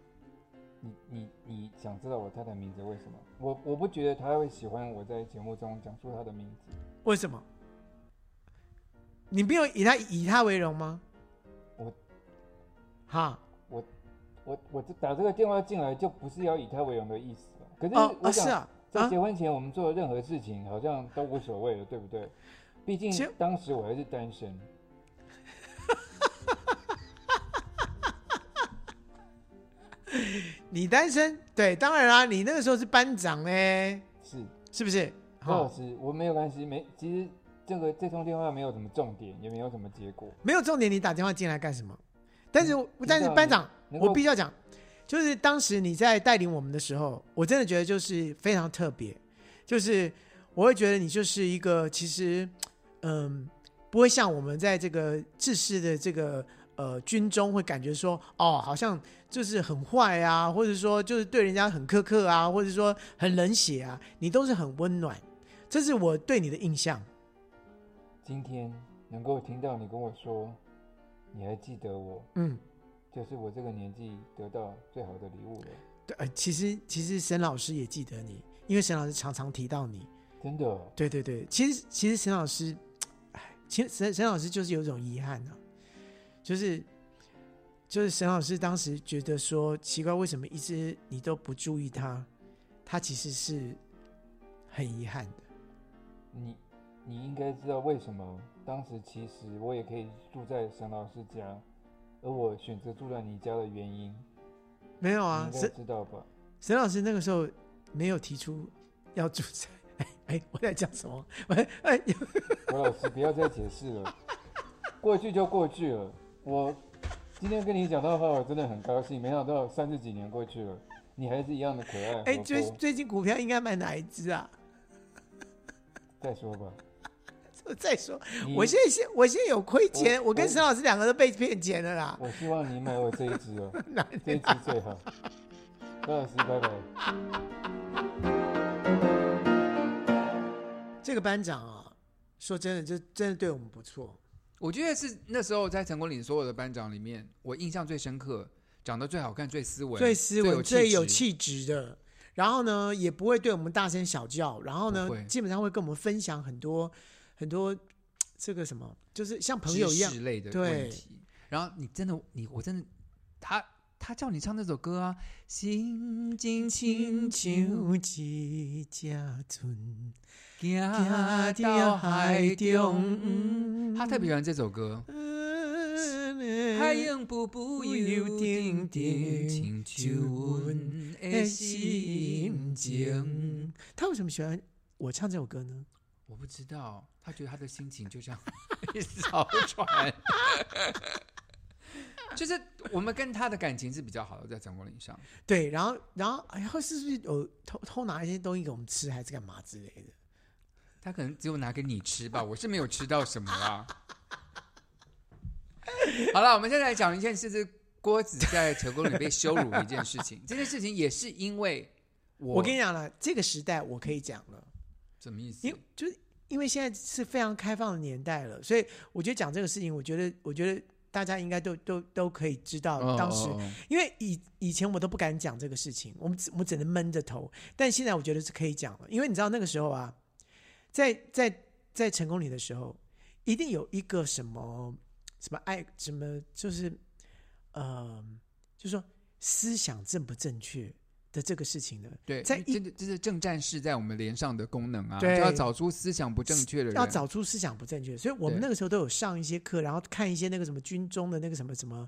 你你你想知道我太太名字为什么？我我不觉得她会喜欢我在节目中讲述她的名字。为什么？你没有以他以他为荣吗？我哈我我这打这个电话进来就不是要以她为荣的意思啊。可是哦我啊是想，啊在啊结婚前我们做的任何事情好像都无所谓了，对不对？毕竟其实当时我还是单身。你单身对，当然啦、你那个时候是班长哎，是，是不是？高老哈，师，我没有关系，没其实这个这通电话没有什么重点，也没有什么结果。没有重点，你打电话进来干什么？但是嗯知但是道班你长，能我够必须要讲，就是当时你在带领我们的时候，我真的觉得就是非常特别，就是我会觉得你就是一个其实，嗯，不会像我们在这个制式的这个呃军中会感觉说，哦，好像就是很坏啊，或者说就是对人家很苛刻啊，或者说很冷血啊，你都是很温暖，这是我对你的印象。今天能够听到你跟我说，你还记得我，嗯，就是我这个年纪得到最好的礼物了。对，呃，其实其实沈老师也记得你，因为沈老师常常提到你。真的哦，对对对，其实其实沈老师，哎，其实沈沈老师就是有一种遗憾啊，就是就是沈老师当时觉得说奇怪，为什么一直你都不注意他？他其实是很遗憾的。你你应该知道为什么当时其实我也可以住在沈老师家，而我选择住在你家的原因，没有你啊应，该沈知道吧？沈老师那个时候没有提出要住在，哎哎，我在讲什么？ [laughs] 哎哎，郭老师，不要再解释了， [laughs] 过去就过去了。我今天跟你讲到话，我真的很高兴，没想到三十几年过去了，你还是一样的可爱哎，活最泼。最近股票应该买哪一只啊？ [laughs] 再说吧，我再说，你我现在现我现在有亏钱，我我跟我沈老师两个都被骗钱了啦。我希望你买我这一 [laughs] 只哦，哪这一只最好。高老师，拜拜。这个班长啊，说真的，这真的对我们不错。我觉得是那时候在成功岭所有的班长里面，我印象最深刻，长得最好看、最斯文、最斯文、最有气质。气质的。然后呢，也不会对我们大声小叫。然后呢不会，基本上会跟我们分享很多很多这个什么，就是像朋友一样知识。类的对问题。然后你真的，你我真的，他他叫你唱那首歌啊，心静亲清秋，像一只船，行行到到海海中。中。他特别喜欢这首歌。海洋步步游，定定亲像阮的心情。。哎他为什么喜欢我唱这首歌呢？我不知道，他觉得他的心情就像一艘船， [laughs] 就是我们跟他的感情是比较好的，在张国林上。对，然后然后然后是不是有偷偷拿一些东西给我们吃，还是干嘛之类的？他可能只有拿给你吃吧，我是没有吃到什么啦。 [laughs] 好了，我们现在来讲一件事，是郭子在成功里被羞辱的一件事 [laughs] 情。这件事情也是因为我，我跟你讲了，这个时代我可以讲了，什么意思因？为就是因为现在是非常开放的年代了，所以我觉得讲这个事情，我觉得我觉得大家应该都都都可以知道当时，哦哦哦因为以以前我都不敢讲这个事情，我们只我们只能闷着头，但现在我觉得是可以讲了，因为你知道那个时候啊，在在在成功里的时候，一定有一个什么什么爱什么就是呃，就说思想正不正确的这个事情呢，对，在这一这这是正战士在我们连上的功能啊，就对要找出思想不正确的人，要找出思想不正确，所以我们对那个时候都有上一些课，然后看一些那个什么军中的那个什么什么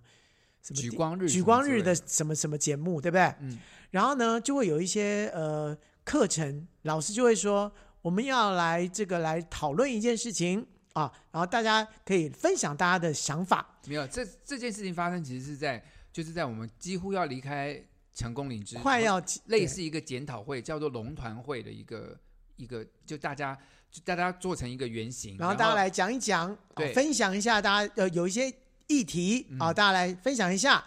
什么举地光日什举么光之日类的的什么什么节目，对不对？嗯。然后呢，就会有一些呃课程，老师就会说我们要来这个来讨论一件事情啊，然后大家可以分享大家的想法，没有，这这件事情发生其实是在就是在我们几乎要离开成功岭之快要类似一个检讨会，叫做龙团会的一个一个，就大家就大家做成一个原型，对然后大家来讲一讲，啊对嗯分享一下大家呃有一些议题啊、大家来分享一下。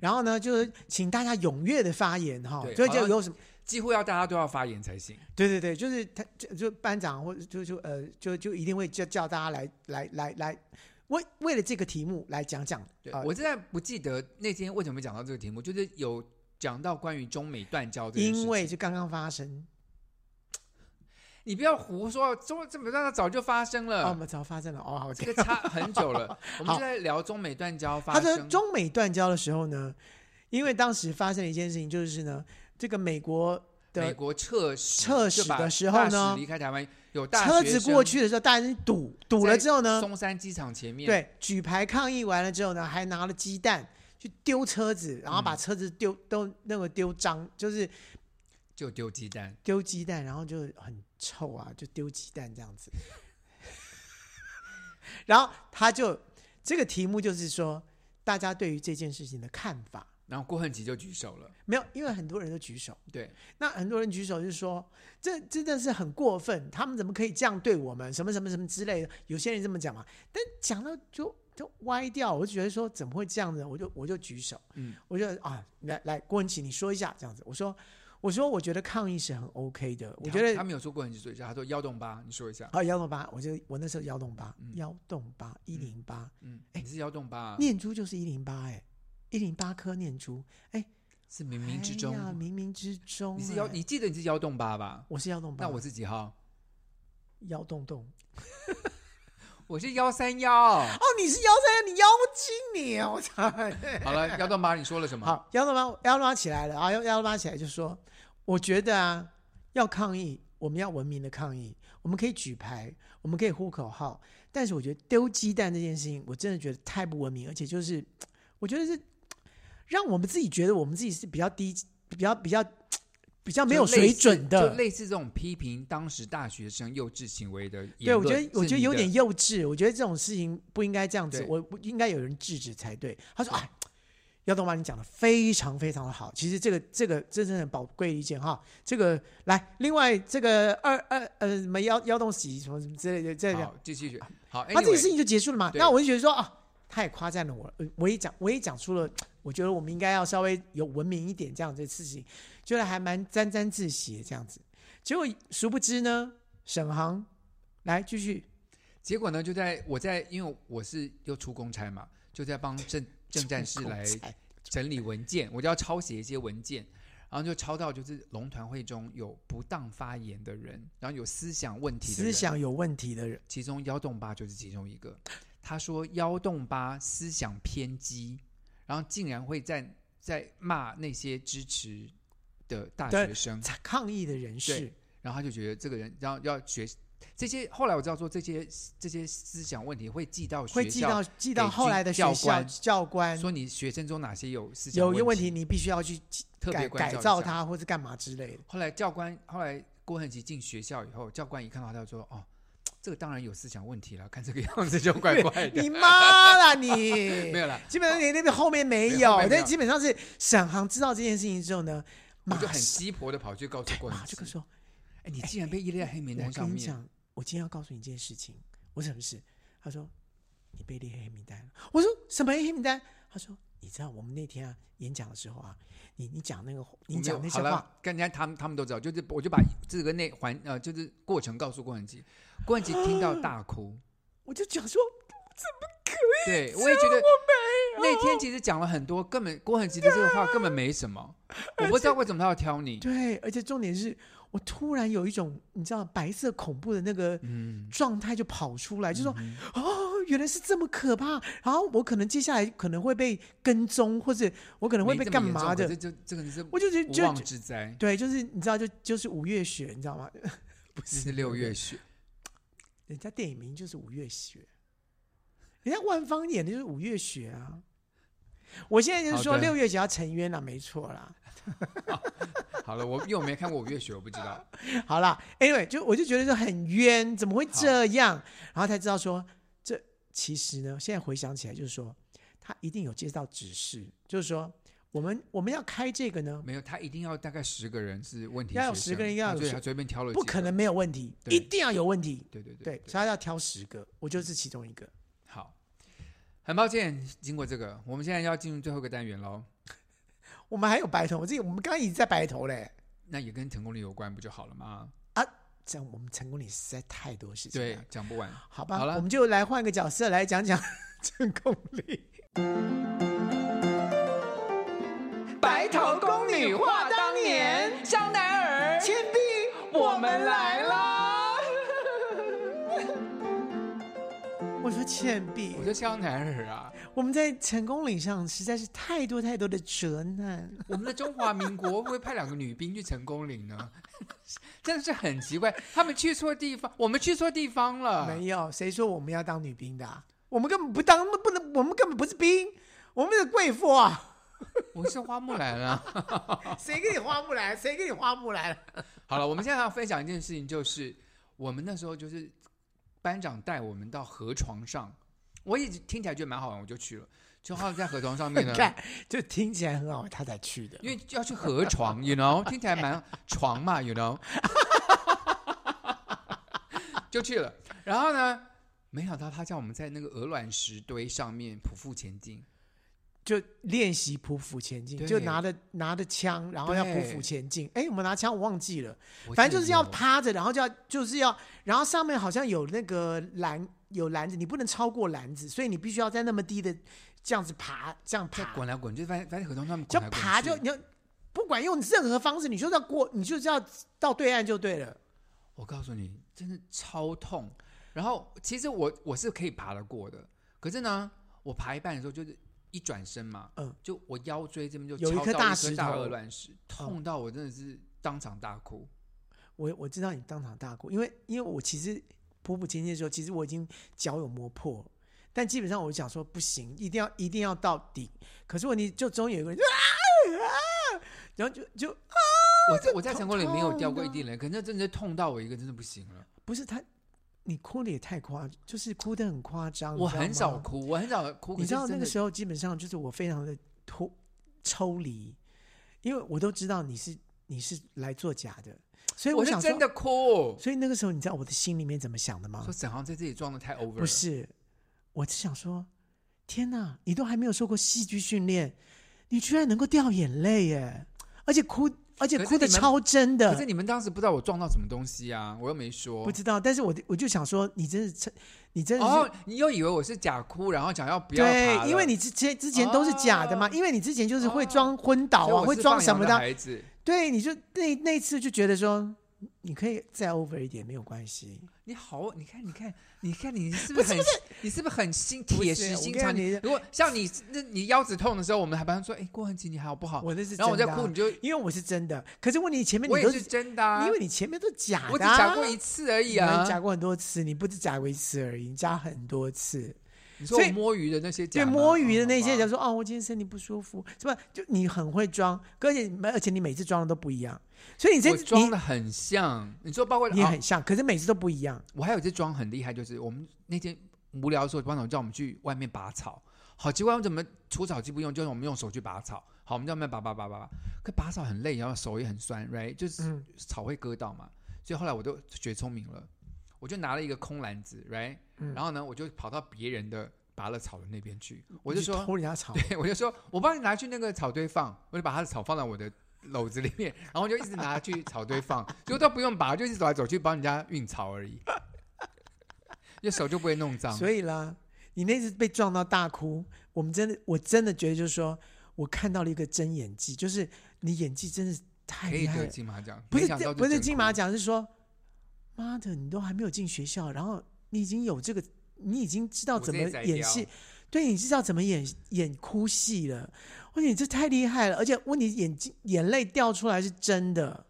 然后呢，就是请大家踊跃的发言哈，对所以好就像有什么。几乎要大家都要发言才行。对对对，就是他就就班长或者就就呃就就一定会叫叫大家来来来来，为为了这个题目来讲讲对，啊、我现在不记得那天为什么讲到这个题目，就是有讲到关于中美断交这件事情。因为就刚刚发生，你不要胡说，中这美断交早就发生哦，了，我们早发生了哦，好，这个差很久 [laughs] 了。我们好就在聊中美断交发他说生，中美断交的时候呢，因为当时发生了一件事情，就是呢，这个美国美的国撤使撤使就把呃的时候呢大使离开台湾，有大车学子生过去的时候，大家堵堵了之后在呢，松山机场前面，，对，举牌抗议完了之后呢，还拿了鸡蛋去丢车子，然后把嗯车子丢都那个丢脏，就是就丢鸡蛋。丢鸡蛋，然后就很臭啊，就丢鸡蛋这样子。 [laughs] 然后他就这个题目就是说，大家对于这件事情的看法然后郭恨奇就举手了，没有，因为很多人都举手，对，那很多人举手就说，这真的是很过分，他们怎么可以这样对我们？什么什么什么之类的，有些人这么讲嘛，但讲到就就歪掉，我就觉得说怎么会这样呢？我就我就举手，嗯，我就啊，来来，郭文琪你说一下这样子，我说我说我觉得抗议是很 OK 的，我觉他得他没有说郭恨奇说一下，他说幺洞八，你说一下，啊，幺洞八，我就我那时候幺洞八，幺洞八一零八，嗯，你是幺洞八啊，念珠就是一零八，哎，一零八颗念珠，哎，是冥冥之哎呀中，冥冥之中，你是幺，哎你记得你是幺洞八吧？我是幺洞八，那我是几号？幺洞洞，我是幺三 [laughs] 幺。哦，你是幺三，你妖精你，我操！好了，幺洞八，你说了什么？好，幺洞八，幺洞八起来了啊，幺幺洞八起来就说，我觉得啊，要抗议，我们要文明的抗议，我们可以举牌，我们可以呼口号，但是我觉得丢鸡蛋这件事情，我真的觉得太不文明，而且就是，我觉得是让我们自己觉得我们自己是比较低、比较比较比较没有就类水似准的就。类似这种批评当时大学生幼稚行为的言对，我论。觉得我是觉得你有的点幼稚，我觉得这种事情不应该这样子对，我我应该有人制止才对。他 [laughs] 说：“哎，姚东妈，你讲的非常非常的好，其实这个这个真是很宝贵的意见哈。这个来，另外这个二二呃什么姚姚东喜什么什么之类的，这个好，继续好。啊那这个 anyway，事情就结束了嘛？对那我就觉得说啊，他也夸赞了我，呃我也讲我也讲出了，我觉得我们应该要稍微有文明一点这样子的事情，觉得还蛮沾沾自喜的这样子。结果殊不知呢，沈航来继续。”结果呢，就在我在因为我是又出公差嘛，就在帮郑郑战士来整理文件，我就要抄写一些文件，然后就抄到就是龙团会中有不当发言的人，然后有思想问题的思人，想有问题的人，其中幺洞八就是其中一个。他说幺洞八思想偏激，然后竟然会在在骂那些支持的大学生，抗议的人士嗯对，然后他就觉得这个人，然后要学这些。后来我知道说这些这些思想问题会记到学校，会寄到寄到给后来的学教校官教官说你学生中哪些有思想有一个问题题，，你必须要去特别改关改照一造下。它或者干嘛之 [laughs] 类的。后来教官，后来郭恨吉进学校以后，教官一看到他就说：“哦，这个当然有思想问题了，看这个样子就怪怪的。你妈啦 [laughs] 没你！有啦，基本上你那边后面没没有后有面，没但有基本上是沈航知道这件事情之后呢，我马就很上鸡婆的跑去告诉郭马恨这吉个，说，哎，你竟然被列在黑名哎我单上跟你面，讲，我今天要告诉你一件事情，我什么事？他说你被列黑名单了。我说什么黑名单？他说你知道我们那天啊演讲的时候啊，你你讲那个我你没有讲那好些了话，，刚才他们他们都知道，就是我就把这个内环呃，就是过程告诉郭恨吉，郭恨吉听到大哭，我就讲说对我也觉得那天其实讲了很多，根本郭恨吉的这个话根本没什么，我不知道为什么他要挑你，对，而且重点是我突然有一种你知道白色恐怖的那个嗯。状态就跑出来，就说、哦，原来是这么可怕。然后我可能接下来可能会被跟踪，或者我可能会被干嘛的这。这这个是我就觉得无就妄之灾，对，就是你知道，就就是五月雪，你知道吗？ [laughs] 嗯不是六 [laughs] 月雪。人家电影名就是五月雪，人家万芳演的就是五月雪啊。我现在就是说好的六月雪要沉冤了，没错啦。好了，我因为我没看过五月雪，我不知道。好啦 a n y w a y 就我就觉得说很冤，怎么会这样？然后才知道说，这其实呢，现在回想起来，就是说他一定有接到指示，就是说我们我们要开这个呢，没有，他一定要大概十个人是问题学生，啊要有10个人要有他所以10他随便挑了，不可。能没有问题，对一定要有问题。对对对对，所以他要挑十个，我就是其中一个。好。很抱歉，经过这个，我们现在要进入最后一个单元喽。我们还有白头，我这我们刚刚一直在白头嘞。啊那也跟成功率有关，不就好了吗？这样我们成功里实在太多事情了。啊对，讲不完。好吧，好了我们就来换个角色来讲讲成功力。 [laughs] 白头宫女话当年，香奈儿、倩碧，我们来啦！我说倩碧我，说香奈儿啊，我们在成功岭上实在是太多太多的折难。我们的中华民国会不会派两个女兵去成功岭呢？ [laughs] 真的是很奇怪，他们去错地方，我们去错地方了。没有，谁说我们要当女兵的啊、我们根本不当，不能，我们根本不是兵，我们是贵妇 [laughs] 啊！我是花木兰啊。谁给你花木兰？谁给你花木兰？好了，我们现在要分享一件事情，就是我们那时候就是班长带我们到河床上，我一直听起来觉得蛮好玩，我就去了。就好像在河床上面呢， [laughs] 看，就听起来很好玩，他才去的。因为要去河床，you know，听起来蛮床嘛，you know，就去了。然后呢，没想到他叫我们在那个鹅卵石堆上面匍匐前进，就练习匍匐前进，对就拿着拿着枪，然后要匍匐对前进。哎，我们拿枪我忘记了，我反记正就得是要有趴着，然后就要就是要，然后上面好像有那个篮，有篮子，你不能超过篮子，所以你必须要在那么低的这样子爬，这样在爬，滚来滚去，就在在河床上面就滚来滚爬去就你要不管用任何方式，你就是要过，你就是要到对岸就对了。我告诉你，真的超痛。然后其实我我是可以爬得过的，可是呢，我爬一半的时候就是一转身嘛，嗯，就我腰椎这边就有一敲颗到大一石大头嗯鹅卵石，痛到我真的是当场大哭。我我知道你当场大哭，因为因为我其实匍匐前进的时候，其实我已经脚有磨破，但基本上我想说不行，一定要一定要到底。可是问题就总有一个人就啊啊，然后就就我在我在痛成功里没有掉过一痛的滴泪，可是那真的是痛到我一个真的不行了。不是他，你哭的也太夸，就是哭的很夸张。我你知道很少吗，哭，我很少哭，你知道那个时候候基本上就是我非常的脱抽离，因为我都知道你是你是来作假的，所以我是哎想说真的。哭，所以那个时候，你知道我的心里面怎么想的吗说？沈航在这里撞的太 over 了。不是，我只想说，天哪，你都还没有受过戏剧训练，你居然能够掉眼泪耶，而且哭，而且可是哭的你们超真可是的。你们当时不知道我撞到什么东西啊，我又没说，不知道，但是我我就想说，你真是趁，你真的是、哦，你又以为我是假哭，然后讲要不要爬对，了因为你之前之前都是假的嘛，哦因为你之前就是会哦装昏倒所以啊，我会是装放什羊么的的，孩子，对，你就那那一次就觉得说，你可以再 over 一点没有关系。你好，你看，你看，你看，你是不是很，你是不是很心铁是石我心跟肠？你你如果像你，那你腰子痛的时候，我们还帮他说，哎，郭恒琪，你好不好？我那是然后我真在的啊哭，你就，因为我是真的，可是问题前面我你也都是真的、啊，因为你前面都假我只的、啊，夹过一次而已你啊们。夹过很多次，你不止夹过一次而已，你夹很多次。你说所我以摸鱼的那些对，夹吗，摸鱼的那些哦人，说：“哦，我今天身体不舒服，是吧？”就你很会装，而且而且你每次装的都不一样，所以你好吧这我装的很像。你说包括你你啊很像，可是每次都不一样。我还有一次装很厉害，就是我们那天无聊的时候，班长叫我们去外面拔草，好奇怪，我们怎么除草机不用，就是我们用手去拔草。好，我们在外面拔拔拔拔拔，可拔草很累，然后手也很酸，right？就是嗯草会割到嘛。所以后来我都学聪明了，我就拿了一个空篮子，right？、嗯然后呢，我就跑到别人的拔了草的那边去，我就你说，偷人家 [laughs] 草，对， [laughs] 我就说我帮你拿去那个草堆放，我就把他的草放到我的篓子里面，然后我就一直拿去草堆放，就都不用拔，就一直走来走去帮人家运草而已，就手就不会弄脏。所以啦，你那次被撞到大哭，我们真的，我真的觉得就是说，我看到了一个真演技，就是你演技真的是太可以厉害得了。金马奖，不没是想到这不是真金哭马，奖，是说，妈的，你都还没有进学校，然后你已经有这个，你已经知道我怎直么接宰演掉戏，对，你知道怎么演演哭戏了。我觉得你这太厉害了，而且问你眼睛眼泪掉出来是真的。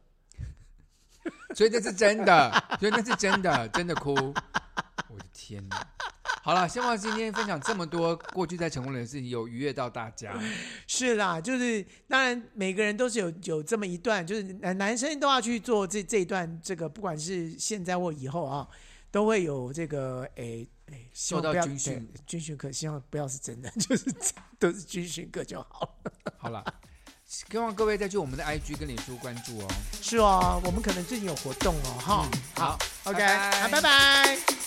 所以那是真的，所以那是真的，真的哭，我的天哪！好了，希望今天分享这么多过去在成功人的事情，有愉悦到大家。是啦，就是当然每个人都是有有这么一段，就是男男生都要去做这这一段，这个不管是现在或以后啊，都会有这个诶诶，希望受到不要军训对军训课，希望不要是真的， [laughs] 就是都是军训课就好了。好了，希望各位再去我们的 IG 跟脸书关注哦。是哦，我们可能最近有活动哦，哈。好，OK，嗯拜拜好，拜拜。